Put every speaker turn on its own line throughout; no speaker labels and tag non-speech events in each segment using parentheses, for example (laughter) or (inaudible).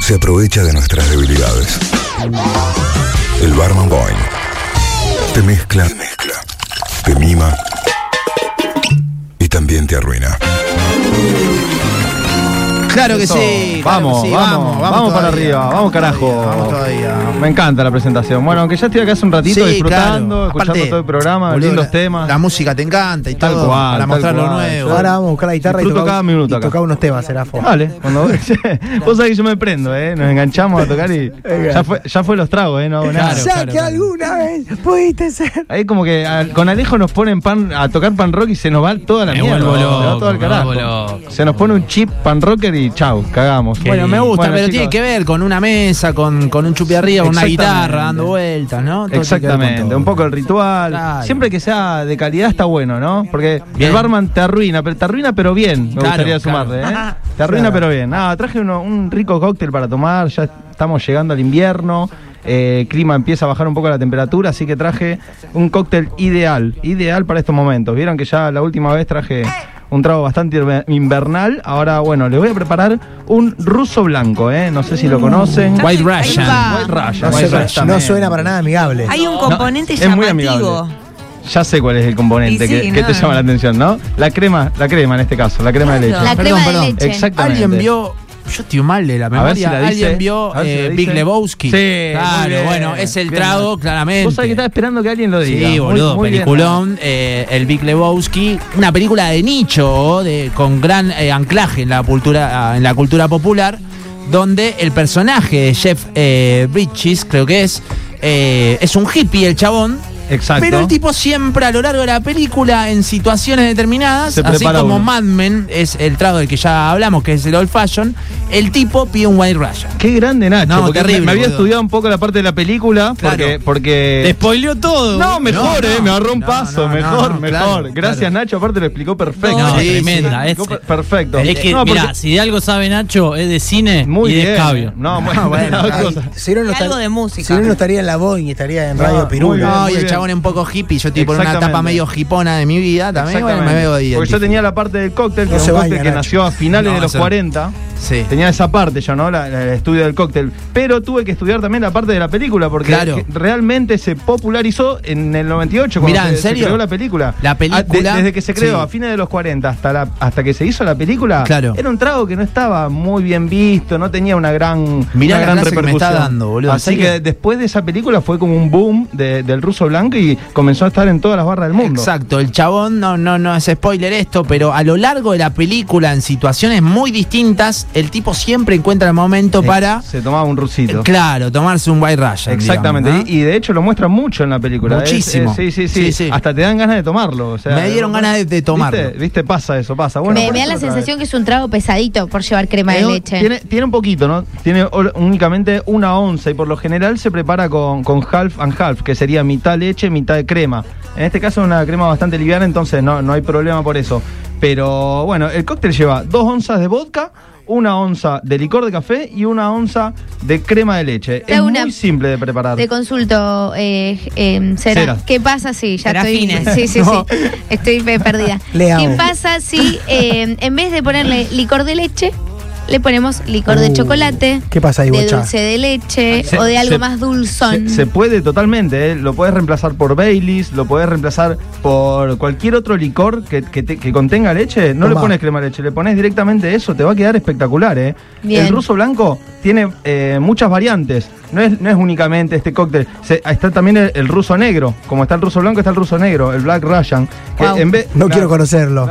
Se aprovecha de nuestras debilidades. El Barman Boy te mezcla, te mezcla, te mima y también te arruina.
Claro que sí. claro
Vamos,
que sí,
vamos, vamos, para
todavía,
arriba, vamos, carajo.
todavía, vamos todavía.
Me encanta la presentación. Bueno, aunque ya estoy acá hace un ratito
Sí,
disfrutando,
claro.
escuchando
Aparte,
todo el programa,
boludo,
lindos
la-
temas.
La música te encanta y
Tal
todo.
cual,
para
tal
mostrar lo
cual,
nuevo.
yo-
Ahora vamos a buscar la guitarra y
Disfruto
tocar,
cada minuto
y
acá.
tocar unos temas, Serafo.
Dale, cuando (laughs) Vos sabés que yo me prendo, ¿eh? Nos enganchamos a tocar y ya fue, ya fue los tragos, ¿eh? No hago nada.
Claro,
ya
claro,
que
claro.
alguna vez pudiste ser.
Ahí como que a- con Alejo nos ponen pan a tocar pan rock y se nos va toda la
Me
mierda.
vuelvo
se nos va
loco,
todo al
me
carajo.
vuelvo loco.
Se nos pone un chip pan rocker y chau, cagamos.
Bueno, me gusta, pero tiene
chicos,
que ver con una mesa, con, con un chupi arriba, con una
Exactamente.
guitarra dando vueltas, ¿no? Todo tiene que ver con
Exactamente,
todo.
un poco el ritual.
Claro.
Siempre que sea de calidad está bueno, ¿no? Porque
Bien.
el barman te arruina, pero te arruina pero bien. Me
Claro,
gustaría
claro. (laughs)
sumarle, ¿eh? Te arruina pero bien. Ah, traje uno- un rico cóctel para tomar, ya estamos llegando al invierno. eh, El clima empieza a bajar un poco la temperatura, así que traje un cóctel ideal, ideal para estos momentos. Vieron que ya la última vez traje un trago bastante irve- invernal. Ahora, bueno, les voy a preparar un ruso blanco, ¿eh? No sé si lo conocen.
White
Ahí
Russian.
va.
White Russian,
No,
White
suena-
Russian.
no suena para nada amigable.
Hay un componente
es muy
llamativo.
amigable. Ya sé cuál es el componente
Y sí,
que, que
no,
te
no.
llama la atención, ¿no? La crema, la crema en este caso, la crema de leche.
La
Perdón,
crema
perdón.
de leche.
Exactamente.
Alguien vio. Yo estoy mal de la
ver
memoria.
si la dice.
Alguien vio
A ver si
eh,
la dice.
Big Lebowski.
Sí, muy
Claro,
bien.
bueno, es el
Bien.
trago, claramente.
Vos sabés que estaba esperando que alguien lo diga.
Sí,
Muy-
boludo,
muy bien.
peliculón, eh, el Big Lebowski, una película de nicho, de, con gran eh, anclaje en la cultura, ah, en la cultura popular, donde el personaje de Jeff eh, Bridges, creo que es, eh, es un hippie el chabón.
Exacto.
Pero el tipo siempre a lo largo de la película, en situaciones determinadas,
Se
así
prepara
como
uno.
Mad Men es el trago del que ya hablamos, que es el old fashion, el tipo pide un white Russian.
Qué grande Nacho,
No,
porque
terrible,
me había
boludo.
estudiado un poco la parte de la película,
Claro.
porque, porque
Te spoileó todo.
No, mejor,
No,
eh,
no.
me agarró un
No,
paso,
no,
mejor,
no,
mejor.
claro,
Gracias
claro.
Nacho, aparte lo explicó perfecto.
No,
No,
sí,
tremenda.
Lo
es,
explicó per- perfecto.
es que,
No, porque-
mirá, si de algo sabe Nacho, es de cine
muy
y de
bien. eh.
escabio.
(laughs)
No,
Ah,
bueno, (laughs)
Ay,
cosa.
si no, no
Y algo
estar-
de música.
Si no, no estaría en la Boeing y estaría en Radio
No, muy
Pirula.
bien.
No, y el
bien.
chabón es un poco hippie. Yo estoy por una
Exactamente.
etapa medio hipona de mi vida. También bueno, me veo ahí.
Porque yo tenía la parte del cóctel, que
No
era
se
un
baña,
cóctel que
Nacho.
nació a finales
No,
de los
eso-
40.
Sí.
Tenía esa parte yo, ¿no? La- la- el estudio del cóctel. Pero tuve que estudiar también la parte de la película, porque
Claro.
que- realmente se popularizó en el 98, cuando
Mirá,
se,
¿en
se
serio?
creó la película.
La película-
Ah, de- desde que se creó,
sí.
a fines de los 40 hasta, la, hasta que se hizo la película,
Claro.
era un trago que no estaba muy bien visto, no tenía una gran,
Mirá
una
la
gran
clase que me está dando, boludo, ¿en
Así
serio?
que después de esa película fue como un boom de- del ruso blanco y comenzó a estar en todas las barras del mundo.
Exacto, el chabón, no, no, no es spoiler esto, pero a lo largo de la película, en situaciones muy distintas, el tipo siempre encuentra el momento
Eh,
para,
Se tomaba un rusito.
eh, claro, tomarse un white Russian.
Exactamente,
digamos, ¿no?
y y de hecho lo muestran mucho en la película. Es-
Muchísimo.
es- sí, sí, sí,
Sí, sí.
Hasta te dan ganas de tomarlo. o sea,
Me dieron ganas de- de tomarlo.
¿Viste? ¿Viste? Pasa eso, pasa. Bueno,
me,
por
me da
eso
la
otra
sensación
vez.
que es un trago pesadito por llevar crema de
Eh,
leche.
Tiene, tiene un poquito, ¿no? Tiene ol- únicamente una onza y por lo general se prepara con, con half and half, que sería mitad leche, mitad de crema. En este caso es una crema bastante liviana, entonces no, no hay problema por eso. Pero bueno, el cóctel lleva dos onzas de vodka, una onza de licor de café y una onza de crema de leche.
Te
Es
hago una-
muy simple de preparar.
Te consulto, eh, eh, Sera,
Sera.
¿Qué pasa si ya estoy?
Serafina.
(laughs) Sí, sí,
No.
sí. Estoy
(laughs)
pe- perdida.
Le
¿Qué
hago.
pasa si eh, en vez de ponerle licor de leche, le ponemos licor de
Uh,
chocolate,
¿Qué pasa ahí,
de
bocha?
dulce de leche
Se-
o de algo
se-
más dulzón?
Se, se puede totalmente, ¿eh? lo puedes reemplazar por Baileys, lo puedes reemplazar por cualquier otro licor que, que te- que contenga leche. No le
Tomá.
pones crema de leche, le pones directamente eso, te va a quedar espectacular. ¿eh?
Bien.
El ruso blanco tiene eh, muchas variantes, no es, no es únicamente este cóctel. Se- está también el, el ruso negro, como está el ruso blanco, está el ruso negro, el Black Russian. Que
Guau.
en vez,
No
na-
quiero conocerlo.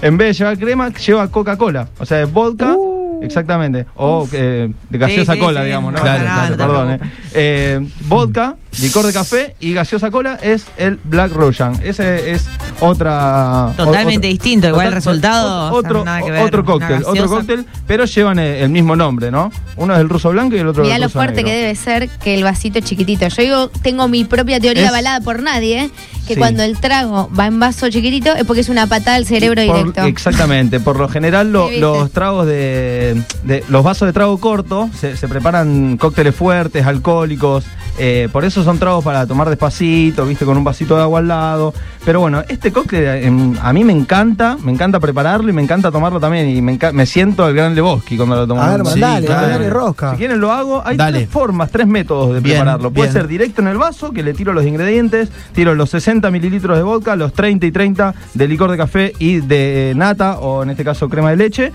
en vez de llevar crema, lleva Coca-Cola, o sea, es vodka. Exactamente. O eh, de gaseosa
Uh. Sí, sí,
cola,
sí.
digamos, ¿no?
Claro, claro,
Perdón, eh. Eh, Vodka,
Mm.
licor de café y gaseosa cola es el Black Russian. Ese es otra.
Totalmente distinto, igual el resultado,
Otro,
o sea, nada que ver,
otro
una
cóctel, otro
gaseosa.
cóctel, pero llevan eh, el mismo nombre, ¿no? Uno es el ruso blanco y el otro
Mirá
el
lo
ruso
fuerte
negro.
que debe ser que el vasito es chiquitito. Yo digo, tengo mi propia teoría
Es-
avalada por nadie, ¿eh? que
Sí.
cuando el trago va en vaso chiquitito es porque es una patada al cerebro
Por-
directo.
Exactamente, por lo general lo-
Sí, viste.
los tragos de, eh, de- los vasos de trago corto se, se preparan cócteles fuertes, alcohólicos. eh, por eso son tragos para tomar despacito, viste, con un vasito de agua al lado. Pero bueno, este cóctel em, a mí me encanta, me encanta prepararlo y me encanta tomarlo también. Y me, enca- me siento el gran Lebowski cuando lo tomo.
A ver, mandale,
claro.
mandale rosca.
Si quieren lo hago, hay
Dale.
tres formas, tres métodos de
Bien,
prepararlo. Puede
bien.
ser directo en el vaso, que le tiro los ingredientes, tiro los 60 mililitros de vodka, los 30 y 30 de licor de café y de nata, o en este caso crema de leche.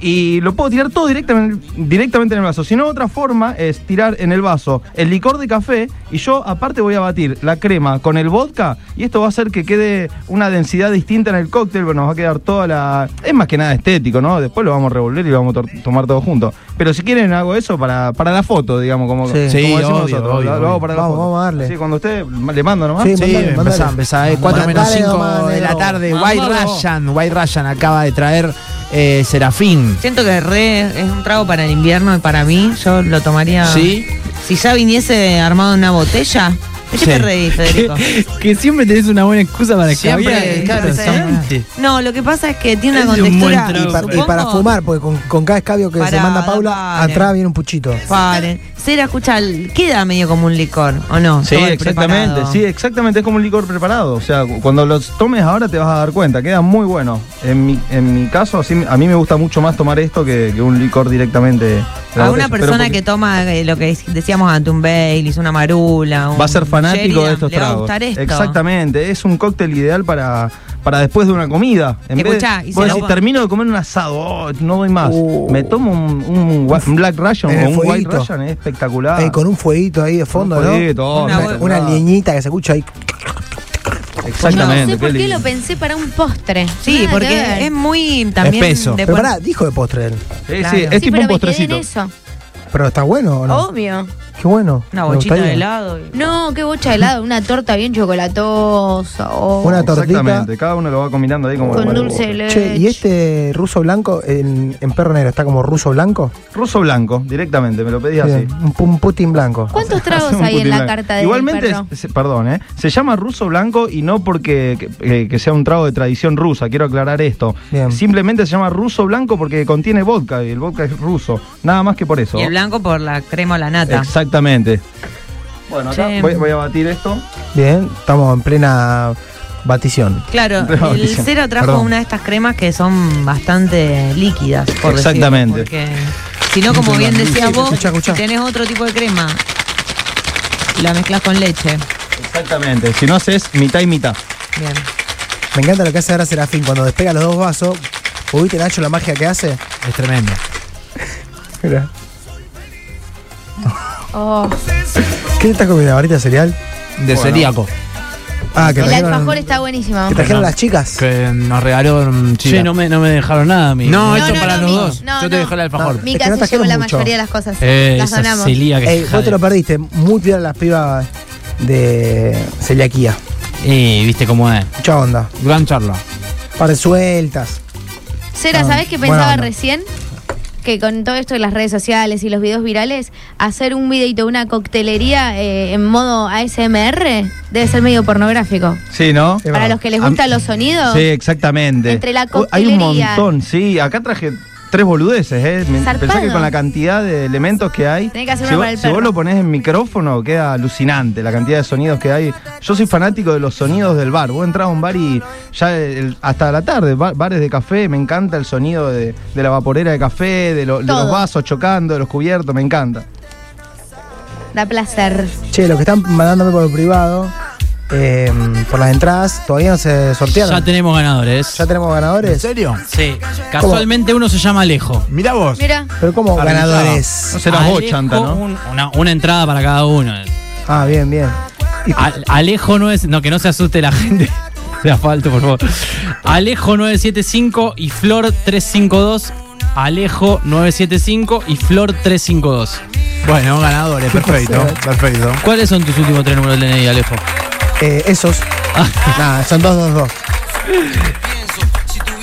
Y lo puedo tirar todo directamente, directamente en el vaso. Si no, otra forma es tirar en el vaso el licor de café y yo aparte voy a batir la crema con el vodka y esto va a hacer que quede una densidad distinta en el cóctel, pero nos va a quedar toda la... Es más que nada estético, ¿no? Después lo vamos a revolver y lo vamos a to- tomar todo junto. Pero si quieren hago eso para, para la foto, digamos, como,
Sí.
Sí,
como decimos
obvio,
nosotros.
obvio,
lo, lo hago
obvio.
para la
Vamos,
foto.
vamos a darle.
Sí, cuando usted le mando nomás.
Sí,
Sí,
mandale,
empezá,
mandale.
empezá, eh, 4 menos
Mandale
5
nomás,
de la
negro.
tarde. White
Mandalo.
Russian, White Russian acaba de traer eh, Serafín.
Siento que re es un trago para el invierno y para mí. Yo lo tomaría.
¿Sí?
Si ya viniese armado en una botella. ¿De qué
Sí.
te reís,
(laughs)
Federico?
Que siempre tenés una buena excusa para
Siempre, claro,
impresionante.
No, lo que pasa es que tiene una
Es de un buen trago.
contextura.
Y, pa- y
supongo-
para fumar, porque con, con cada escabio que se
Pará,
manda Paula,
dale.
atrás viene un puchito.
Paren. Cera, escucha, queda medio como un licor, ¿o no?
Sí,
Todo el
exactamente,
preparado.
sí, exactamente, es como un licor preparado. O sea, cu- cuando los tomes ahora te vas a dar cuenta, queda muy bueno. En mi, en mi caso, así, a mí me gusta mucho más tomar esto que, que un licor directamente. de la
A una
botella. Pero
persona
porque-
que toma eh, lo que dec- decíamos ante un Baileys, una marula, un
Va a ser fanático
Sheridan,
de estos
le va a
tragos.
gustar esto.
Exactamente, es un cóctel ideal para, para después de una comida. En vez
Escuchá,
de,
y
vos
se lo
decís,
pon-
termino de comer un asado, oh, no doy más.
Uh.
Me tomo un, un wa- un Black Russian
En
o
el
un White
fueguito.
Russian, es espectacular.
Eh, con un fueguito ahí de fondo,
Un
¿no?
fueguito, oh,
Una-
Una,
espectacular.
una leñita que se escucha ahí.
Exactamente.
Pues No sé por qué
lindo.
lo pensé para un postre.
Sí,
Nada que ver.
porque es muy también
Espeso.
de
Pero
cuer-
pará, dijo de postre él.
Sí,
Claro.
sí,
Sí,
es
Sí,
tipo un
pero me quedé en
postrecito.
eso.
Pero está bueno o no?
Obvio.
Qué bueno.
Una
me
bochita
gustaría.
de helado. y-
No, qué bocha de helado, una torta bien chocolatosa o
Una torta. tortita.
Exactamente, cada uno lo va combinando ahí como
con
bueno.
dulce de leche.
Che, ¿y este ruso blanco en, en perro negro está como ruso blanco?
Ruso blanco, directamente, me lo pedís así.
Bien, un, pu- un Putin blanco.
¿Cuántos tragos
Hace un
hay en
putín
la
blanco.
carta de
Igualmente,
perro?
se- perdón, ¿eh? se llama ruso blanco y no porque que, eh, que sea un trago de tradición rusa, quiero aclarar esto.
Bien.
Simplemente se llama ruso blanco porque contiene vodka y el vodka es ruso, nada más que por eso.
Y el blanco por la crema o la nata.
Exactamente. Bueno, acá
Che.
voy, voy a batir esto.
Bien, estamos en plena batición.
(laughs)
Claro,
Pero
el
dicen-
cero trajo
perdón.
una de estas cremas que son bastante líquidas, por decirlo,
Exactamente.
porque si no, como bien decías vos,
Escuchá, escuchá.
si tenés otro tipo de crema, la mezclas con leche.
Exactamente, si no haces mitad y mitad.
Bien.
Me encanta lo que hace ahora Serafín cuando despega los dos vasos. ¿O viste Nacho la magia que hace?
Es tremendo.
Mira.
Oh,
¿Qué te estás comiendo? ¿Barrita de cereal?
De celíaco.
Ah, que
el
trajeron,
alfajor está buenísimo.
que trajeron las chicas.
Que nos regaló un
Che, no me, no me dejaron nada a mí.
No,
No,
esto
no,
para
no,
los
mi-
dos.
no,
Yo te
no.
dejo el alfajor.
Mi
Es que
casa
no
se llevó
trajeron
la
mucho.
mayoría de las cosas.
Eh,
las
esa
donamos.
celía que
Ey, Eh, vos te lo perdiste. Muy bien las pibas de celiaquía.
Y viste cómo es.
Mucha onda.
Gran charla.
Par de sueltas.
Cera,
Ah,
¿sabés qué
buena
pensaba
onda.
recién? Que con todo esto de las redes sociales y los videos virales, hacer un videito, una coctelería eh, en modo ASMR debe ser medio pornográfico.
Sí, ¿no?
Es
Para
verdad.
los que les gustan los sonidos.
Sí, exactamente.
Entre la
Oh, Hay un
coctelería.
montón, sí. Acá traje tres boludeces, ¿eh? Me- Pensé que
Zarpado.
con la cantidad de elementos que hay.
Tenés que hacer
si
uno
vos,
para el
si vos
perro.
lo ponés en micrófono, queda alucinante la cantidad de sonidos que hay. Yo soy fanático de los sonidos del bar. Vos entrás a un bar y ya el- hasta la tarde, ba- bares de café, me encanta el sonido de, de la vaporera de café, de, lo- de los
Todo.
vasos chocando, de los cubiertos, me encanta.
Da placer.
Che, los que están mandándome por el privado, eh, por las entradas, todavía no se sortearon.
Ya tenemos ganadores.
¿Ya tenemos ganadores.
¿En serio?
Sí. Casualmente uno se llama Alejo.
Mirá vos.
Mira,
Pero como
Arrancaba.
ganadores.
No serás vos,
Alejo,
Chanta, ¿no?
un- una, una entrada para cada uno.
Ah, bien, bien.
A- Alejo no es. No, que no se asuste la gente. (laughs) De asfalto, por favor. Alejo 975 y Flor 352. Alejo 975 y Flor 352.
Bueno, ganadores. Perfecto. Perfecto.
¿Cuáles son tus últimos tres números del DNI, Alejo?
Eh,
(laughs)
esos. Nada, son dos, dos, dos.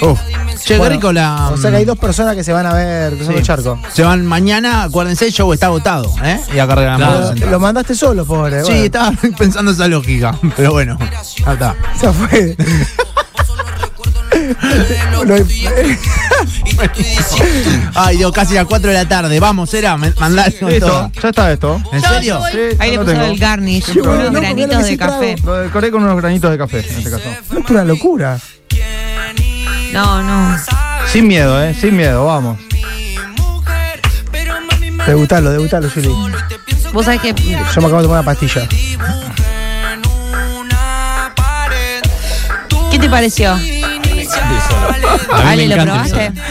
Uh. Che, qué
Bueno,
rico la. mm.
O sea que hay dos personas que se van a ver cruzando el charco.
Se van mañana, acuérdense, el show está agotado, ¿eh? Y acá
Claro.
regalamos.
Pero lo mandaste solo, pobre.
Sí,
bueno.
estaba (laughs) pensando esa lógica, pero bueno, ya (laughs) está.
Esa fue. Lo-
Ay, Dios, casi las 4 de la tarde. Vamos, era, mandar
Listo, ya está esto.
¿En
Yo-
serio?
yo voy-
Sí,
Ahí le
ya lo
puso
tengo.
el garnish,
Sí, pero
unos
no,
granitos de café.
Lo decoré con unos granitos de café, en este caso.
No es una locura.
No, no.
Sin miedo, eh, sin miedo, vamos.
Degutalo, degutalo, Juli.
Vos sabés que
Yo me acabo de tomar una pastilla.
¿Qué te pareció?
A mí
Ale,
me
¿lo
encanta el
probaste?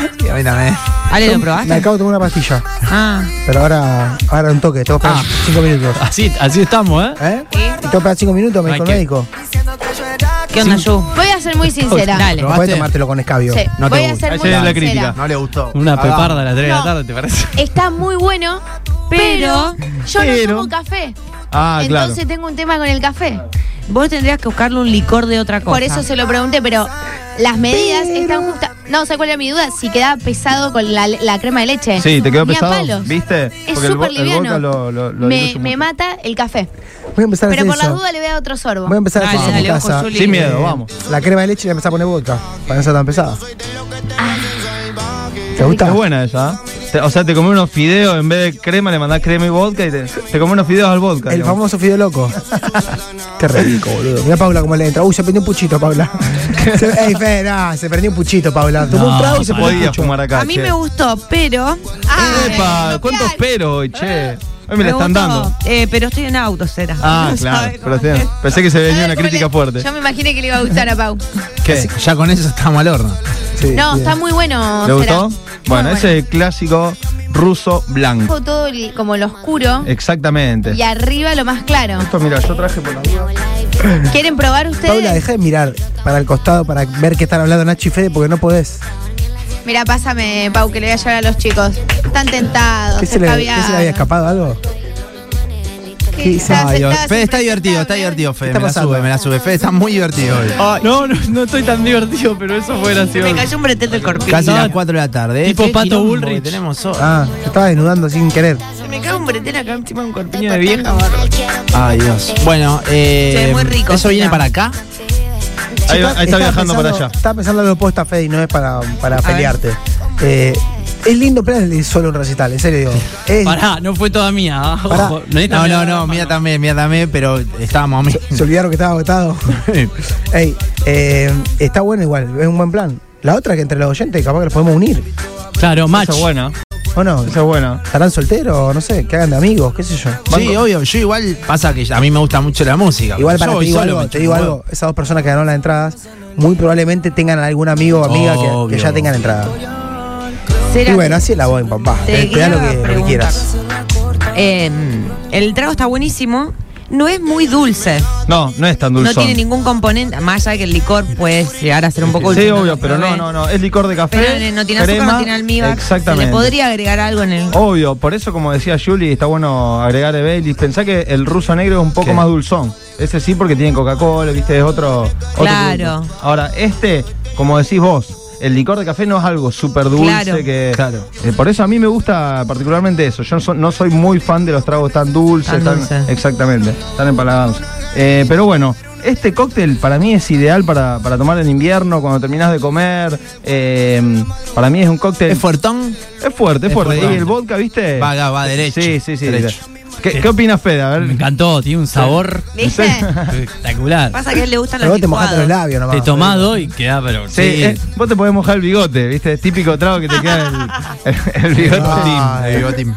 Ale, ¿lo
Me
probaste?
acabo de tomar una pastilla.
Ah,
Pero ahora, ahora un toque, tengo que esperar
Ah.
5 minutos.
Así, así estamos, ¿eh?
¿Eh? Tengo que esperar 5 minutos, me dijo el
Hay que-
médico.
¿qué onda, Yu?
Voy a ser muy sincera.
Dale.
No podés tomártelo con escabio.
Sí,
No te
voy a
gusta.
ser
Ahí
muy
se ve la
sincera.
crítica.
No le gustó.
Una
Ah,
peparda a las 3 de
No.
la tarde, ¿te parece?
Está muy bueno, pero,
Pero-
yo
pero-
no tomo café.
Ah, claro.
entonces tengo un tema con el café.
Vos tendrías que buscarle un licor de otra cosa.
Por eso se lo pregunté, pero las medidas están justas. No, ¿sabes cuál era mi duda? Si quedaba pesado con la, la crema de leche.
Sí, ¿te quedó
Ni a
pesado?
palos.
¿Viste?
Es
Porque el bo-
súper
el
liviano.
vodka lo- lo- lo
me,
diluye
me
mucho.
mata el café.
Voy a empezar a
Pero por
hacer
la
eso.
duda le voy a dar otro sorbo.
Voy a empezar a hacer eso en mi
dale, ojo,
casa.
Juli.
Sin miedo, vamos.
La crema de leche le empezar a poner vodka. Para no ser tan pesada.
Ah.
¿Te gusta?
Es buena esa. ¿eh? Te- O sea, te comés unos fideos en vez de crema, le mandás crema y vodka y te, te comés unos fideos al vodka.
El
digamos.
famoso
(laughs)
fideo loco. Qué rico, boludo. Mira Paula cómo le entra. Uy, se prendió un puchito,
(laughs)
Paula. Se, ey, Fe, nah, se prendió un puchito, Paula. Tomó un trago y se prendió un
Podía
pucho.
fumar acá.
A mí
che.
me gustó, pero.
Ah,
¡Epa!
eh,
¿Cuántos
nuclear.
peros hoy, che? Hoy me la están
gustó,
dando.
eh, pero estoy en auto, será.
Ah,
No
claro.
sabe cómo
pero
es.
sí, Pensé que se venía
¿Sabes
una
cómo
crítica
le-
fuerte.
Yo me imaginé que le iba a gustar a Pau.
¿Qué? (laughs) Ya con eso estamos al horno.
Sí,
No,
bien.
está muy bueno.
¿Le
Sera.
gustó? Bueno,
Muy
ese es el clásico ruso blanco.
Bajo todo el- como lo oscuro
Exactamente.
y arriba lo más
(laughs)
claro.
Esto, mira, yo traje por la
¿Quieren probar
Paula,
ustedes?
deja de mirar para el costado para ver qué están hablando Nacho y Fede porque no podés.
Mira, pásame, Pau, que le voy a llevar a los chicos. Están tentados.
¿Qué se, le, qué se le había escapado algo? ¿Qué hizo?
Estaba-
Ay, Dios.
estaba
Fede, está
súper
divertido, está
tentado.
divertido, Fede.
está
Me la
pasando?
sube, me la sube. Fede está muy divertido hoy.
No, no, no estoy tan divertido, pero eso fue
Me
gracioso.
cayó un bretete el corpiño.
Casi las 4 de la tarde. ¿eh?
Tipo
Qué
Pato
quilombo
Bullrich.
que tenemos hoy.
Ah, se estaba desnudando sin querer.
Se me cae un bretete acá encima de un corpiño de vieja, barro.
Ay, Dios. Bueno, eh,
Che, muy rico,
¿eso viene
ya.
para acá?
Ahí, va- ahí está
Estaba
viajando para
pensando-
allá.
Estaba pensando algo posta, Fede, y no es para, para
ver.
pelearte. Eh, es lindo plan el de solo un recital, en serio. digo. Es,
Pará, no fue toda mía. ah,
Pará.
ojo. No, es tan
No,
mía,
no, no, mía también, mía también, pero estábamos (laughs) a mí.
Se olvidaron que estaba
(laughs)
agotado. Ey, eh, está bueno igual, es un buen plan. La otra que entre los oyentes capaz que los podemos unir.
Claro, match.
Esa es buena.
¿O no?
Esa es buena.
¿Estarán solteros? No sé, que hagan de amigos, qué sé yo.
Sí, obvio, yo igual pasa que a mí me gusta mucho la música.
Igual
Yo
para te
voy
digo
solo,
algo,
me
te digo
chupo
algo, esas dos personas que ganaron las entradas muy probablemente tengan algún amigo o amiga que,
Obvio.
que ya tengan entrada.
Será
Y bueno, así es la voz, papá. Te,
Te
te da lo
quería
que, lo que
preguntar.
quieras.
Eh, el trago está buenísimo. No es muy dulce.
No, no es tan
No
dulzón.
tiene ningún componente. Más allá que el licor puede llegar a ser un poco dulce.
Sí, obvio, pero no,
¿sabes?
no, no. Es licor de café.
Pero no- no tiene azúcar,
crema,
no tiene almíbar.
Exactamente. Oh.
Se le podría agregar algo en el.
Obvio, por eso, como decía Julie, está bueno agregarle Baileys. Pensá que el ruso negro es un poco
¿Qué?
más dulzón. Ese sí, porque tiene Coca-Cola, viste, es otro. otro
Claro.
producto. Ahora, este, como decís vos, el licor de café no es algo súper dulce
Claro.
que.
Claro.
Eh, por eso a mí me gusta particularmente eso. Yo no, so- no soy muy fan de los tragos tan dulces.
Tan dulces.
Exactamente, tan empalagados. Eh, pero bueno. Este cóctel para mí es ideal para, para tomar en invierno, cuando terminas de comer. eh, para mí es un cóctel.
¿Es fuertón?
Es fuerte, es
Es
fuerte.
fuerte.
Y el vodka, ¿viste?
Va, va, va, derecho,
Sí, sí, sí.
derecho.
¿Qué, qué opinas, Fede? A
Me
ver.
encantó, tiene un sabor
¿Viste?
espectacular.
Pasa que a él
(laughs)
le gustan
Pero
los
vos te mojaste los
licuados.
labios nomás.
Te tomás dos y queda, pero.
Sí, eh, vos te podés mojar el bigote, ¿viste? Típico trago que te queda el, el, el bigotín.
Ah,
Ahí va, Tim.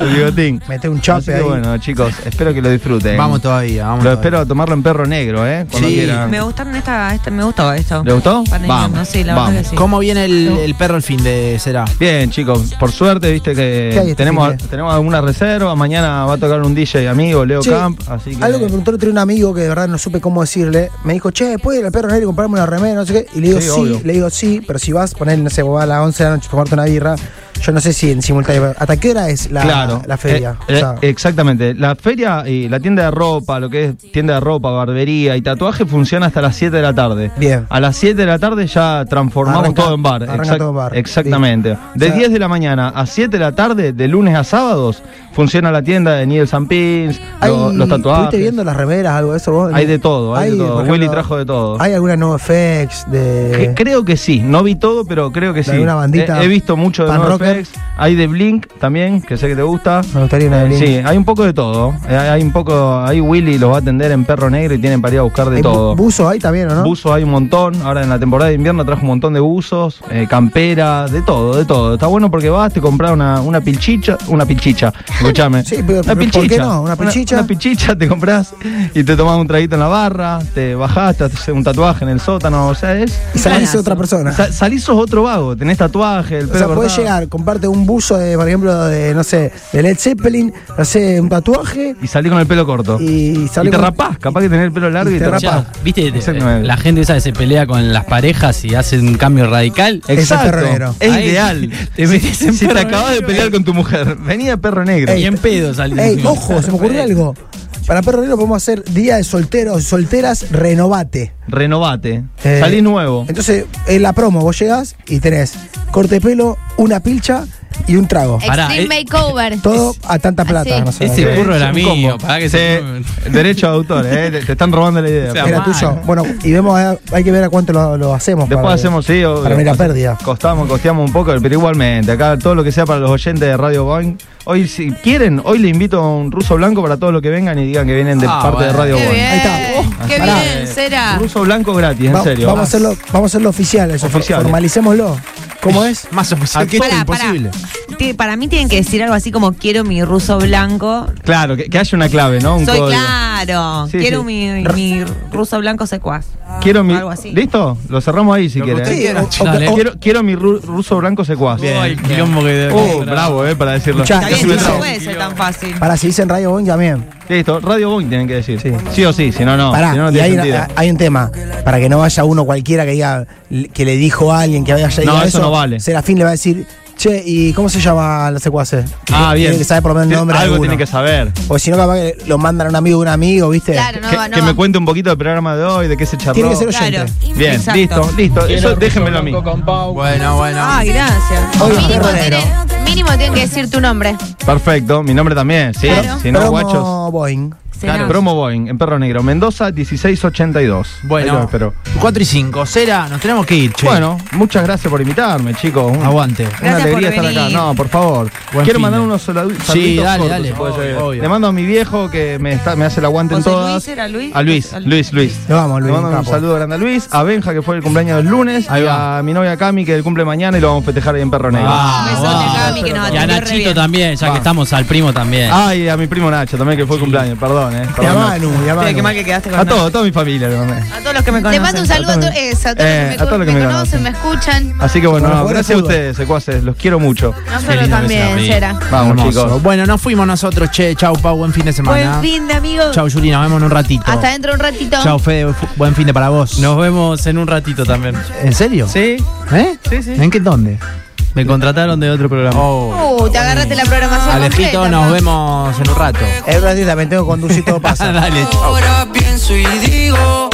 El bigotín.
Mete un
Así
chope
que
ahí.
bueno, chicos, espero que lo disfruten.
Vamos todavía, vamos.
Lo
todavía.
espero a tomarlo en perro negro, ¿eh? Cuando
Sí.
quieran.
Me gustaron esta, esta- me gustó esto.
¿Le gustó?
Para el
Vamos,
invierno, sí, la
vamos.
verdad que sí.
¿Cómo viene el, el perro el fin de será?
Bien, chicos, por suerte, viste
¿Qué
que
hay este
tenemos,
fin de?
tenemos alguna reserva. Mañana va a tocar un DJ amigo, Leo
Che,
Camp. Así que.
Algo que me preguntó el otro día un amigo que de verdad no supe cómo decirle. Me dijo, che, ¿puedes ir al perro negro y comprarme una remera? No sé qué. Y le digo,
Sí,
sí,
obvio.
le digo, sí, pero si vas, poner, no sé, vos vas a las 11 de la noche a tomarte una birra, Yo no sé si en simultáneo. pero ¿Hasta qué hora es la,
claro.
la feria?
Eh,
O sea,
eh, exactamente. La feria y la tienda de ropa, lo que es tienda de ropa, barbería y tatuaje funciona hasta las 7 de la tarde.
Bien.
A las 7 de la tarde ya transformamos
Arranca-
todo en bar.
arranca todo en bar.
Exactamente. De
O sea-
10 de la mañana a 7 de la tarde, de lunes a sábados, funciona la tienda de Neil Sampins,
¿hay-
eh, lo- los tatuajes.
¿Estuviste viendo las remeras, algo de eso? vos?
Hay de todo, hay de todo.
por
Willy trajo de todo.
¿Hay alguna no effects
Que-
de.
Creo que sí, no vi todo, pero creo que
De
sí.
alguna bandita.
He, he visto mucho de
Pan
No
Rocker.
Effects. Hay de Blink también, que sé que te gusta.
Me gustaría una de
Eh,
Blink.
Sí, hay un poco de todo. Eh, Hay, hay un poco. Ahí Willy los va a atender en Perro Negro y tienen para ir a buscar de
¿Hay bu-
todo.
Buzo ahí también, ¿o no?
Buzos hay un montón. Ahora en la temporada de invierno trajo un montón de buzos, eh, camperas, de todo, de todo. Está bueno porque vas, te compras una, una pilchicha. Una pilchicha, escuchame.
Sí, pero-
una
pero ¿por qué no? Una pilchicha.
Una, pilchicha te compras y te tomas un traguito en la barra, te bajás, te haces un tatuaje en el sótano. O sea, es.
Y salís otra persona.
Sa- salís sos otro vago, tenés tatuaje, el pelo
O sea, podés
cortado.
llegar, comparte un buzo de, por ejemplo, de, no sé, de Led Zeppelin, no sé, un tatuaje
Y salís con el pelo corto. Y,
y salís.
te
con-
rapás, capaz que tenés el pelo largo
y
y,
te
te,
rapás.
rapás.
Ya, ¿Viste? Eh,
Exactamente.
La gente esa que se pelea con las parejas y hace un cambio radical.
Ese perro negro.
Es
Ahí
ideal.
te metes en
si (laughs) te
perro
acabas de
negro.
pelear con tu mujer, venía perro negro.
Y en pedo salir.
Ey, ojo, se me ocurrió algo. Para Perro Negro podemos hacer día de solteros, solteras, renovate.
Renovate.
Eh,
Salí nuevo.
Entonces, en la promo vos llegás y tenés corte de pelo, una pilcha y un trago.
Pará,
Extreme
eh,
Makeover.
Todo a tanta plata.
Así.
no sé.
Ese burro era
Eh, un
mío.
combo.
pará que
Sí,
se-
(laughs) Derecho de autor, eh, te- te están robando la idea.
O sea,
Era
mal.
tuyo. Bueno, y vemos, a- hay que ver a cuánto lo, lo hacemos.
Después
para-
hacemos, sí, obvio.
para mí la pérdida.
Costamos, costeamos un poco, pero igualmente, acá todo lo que sea para los oyentes de Radio Boeing. Hoy, si quieren, hoy le invito a un ruso blanco para todos los que vengan y digan que vienen de
Ah,
parte de
bueno.
Radio
Qué
Boeing.
bien.
está.
Eh, Qué
Pará.
bien, será.
Ruso blanco gratis, en
Va-
serio.
Vamos a hacerlo, vamos a hacerlo oficial, eso,
Oficial.
Formalicémoslo. ¿Cómo es?
Más oficial que
Pará,
esto,
pará.
imposible.
Ti- Para mí tienen que decir algo así como quiero mi ruso blanco.
Claro, que, que haya una clave, ¿no? Un
Soy
código.
claro.
Sí, Ah,
quiero
sí.
Mi, mi ruso blanco secuaz.
Quiero mi.
Algo así.
¿Listo? Lo cerramos ahí si quieren.
Sí, o- o-
Dale.
o-
Quiero, quiero mi ru- ruso blanco secuaz.
Ay, el quilombo que debe
Oh,
haber.
bravo, eh, para decirlo.
Escuchá,
Está
Yo soy
bien, no
bravo.
puede ser tan fácil.
para si dicen Radio Boeing también.
Listo, Radio Boeing tienen que decir.
Sí.
Sí, o sí, si no, no.
Pará,
si no, no
y
tiene
hay,
sentido.
hay un tema. Para que no vaya uno cualquiera que diga que le dijo a alguien que vaya a
No, eso no vale.
Serafín le va a decir, che, ¿y cómo se llama la secuace?
Ah, bien.
Tiene que saber por lo menos el
Tiene-
nombre. de
Algo
alguno.
tiene que saber.
O si no, capaz que lo mandan a un amigo de un amigo, ¿viste?
Claro, no,
que,
no.
que me cuente un poquito del programa de hoy, de qué se charló.
Tiene que ser oyente.
Claro.
Bien,
Exacto.
listo, listo. Eso déjenmelo a mí.
Bueno, bueno.
Ay, gracias.
Hoy es
mínimo,
Perro Negro.
tiene- mínimo tienen que decir tu nombre.
Perfecto, mi nombre también, sí.
Claro.
Si no,
Promo
guachos.
Boeing.
Será.
Claro, Promo Boeing, en Perro Negro, Mendoza 1682. Ahí los
Bueno,
espero.
4 y 5. Cera, nos tenemos que ir, che.
Bueno, muchas gracias por invitarme, chicos. Un-
aguante.
Una
Gracias
alegría
por
estar acá.
venir.
No, por favor.
Buen
Quiero
fin
mandar
de-
unos saludos.
Sí, dale, dale. Obvio, obvio.
Le mando a mi viejo que me, está- me hace el aguante en
¿José
todas.
Luis era Luis?
A Luis,
Al-
Luis, Luis.
Lo vamos, Luis,
Le mando
un
un
capo.
saludo grande a Luis, a Benja que fue el cumpleaños del lunes,
Ahí va.
a mi novia Cami que el cumple mañana y lo vamos a festejar ahí en Perro Negro.
Ah,
Besote,
wow.
Cami, que nos
Y a
atendió re
Nachito
bien.
también, ya que estamos al primo también.
Ah, y a mi primo Nacho también que fue el cumpleaños, perdón, eh.
Y a
Perdón, Nacho.
Manu, y a
Che,
Manu.
qué mal que quedaste con
a
Nacho.
todo, a toda mi familia le mandé.
A todos los que me
Te
conocen.
mando un saludo a, to- eso, a todos
Eh,
los que
a
me,
todos los que
me
me
conocen,
conocen. Ah,
me escuchan.
Así que bueno,
Bueno,
no,
jugar al
gracias a
fútbol.
ustedes, secuaces, los quiero mucho.
Nosotros
lindo
también,
beso.
Cera.
Vamos,
Hermoso.
chicos.
Bueno, nos fuimos nosotros, che. Chau, Pau, buen fin de semana.
Buen fin de amigos.
Chau, Yuri, nos vemos en un ratito.
Hasta dentro de un ratito.
Chau, Fede, fu- buen fin de para vos.
Nos vemos en un ratito también.
¿En serio?
Sí,
¿Eh?
Sí, sí.
¿En qué dónde?
me contrataron de otro programa.
Oh.
Uh, te agarraste la programación
Alejito,
completa,
nos
pa.
vemos en un rato.
Oh.
(laughs)
Es verdad, también tengo que conducir todo pasa.
Dale, chau.
Ahora pienso y digo,